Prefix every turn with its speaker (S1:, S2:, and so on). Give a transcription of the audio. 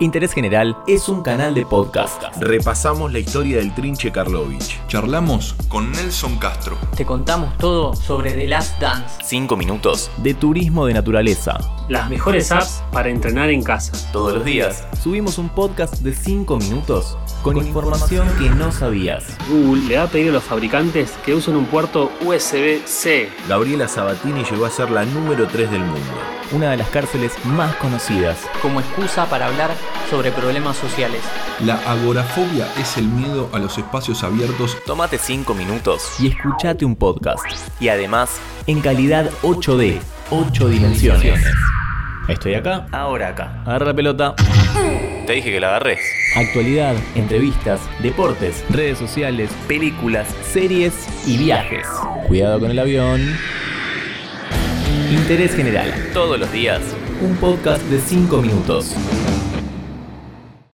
S1: Interés General es un canal de podcast.
S2: Repasamos la historia del Trinche Karlovich.
S3: Charlamos con Nelson Castro.
S4: Te contamos todo sobre The Last Dance,
S1: 5 minutos de turismo de naturaleza.
S5: Las mejores apps para entrenar en casa.
S1: Todos los días subimos un podcast de 5 minutos con, con información, información que no sabías.
S5: Google le va a pedir a los fabricantes que usen un puerto USB-C.
S2: Gabriela Sabatini llegó a ser la número 3 del mundo.
S1: Una de las cárceles más conocidas.
S4: Como excusa para hablar sobre problemas sociales.
S3: La agorafobia es el miedo a los espacios abiertos.
S1: Tómate 5 minutos y escuchate un podcast. Y además, en calidad 8D, 8 dimensiones. Estoy acá. Ahora acá. Agarra la pelota. Te dije que la agarré. Actualidad, entrevistas, deportes, redes sociales, películas, series y viajes. Cuidado con el avión. Interés general. Todos los días. Un podcast de 5 minutos.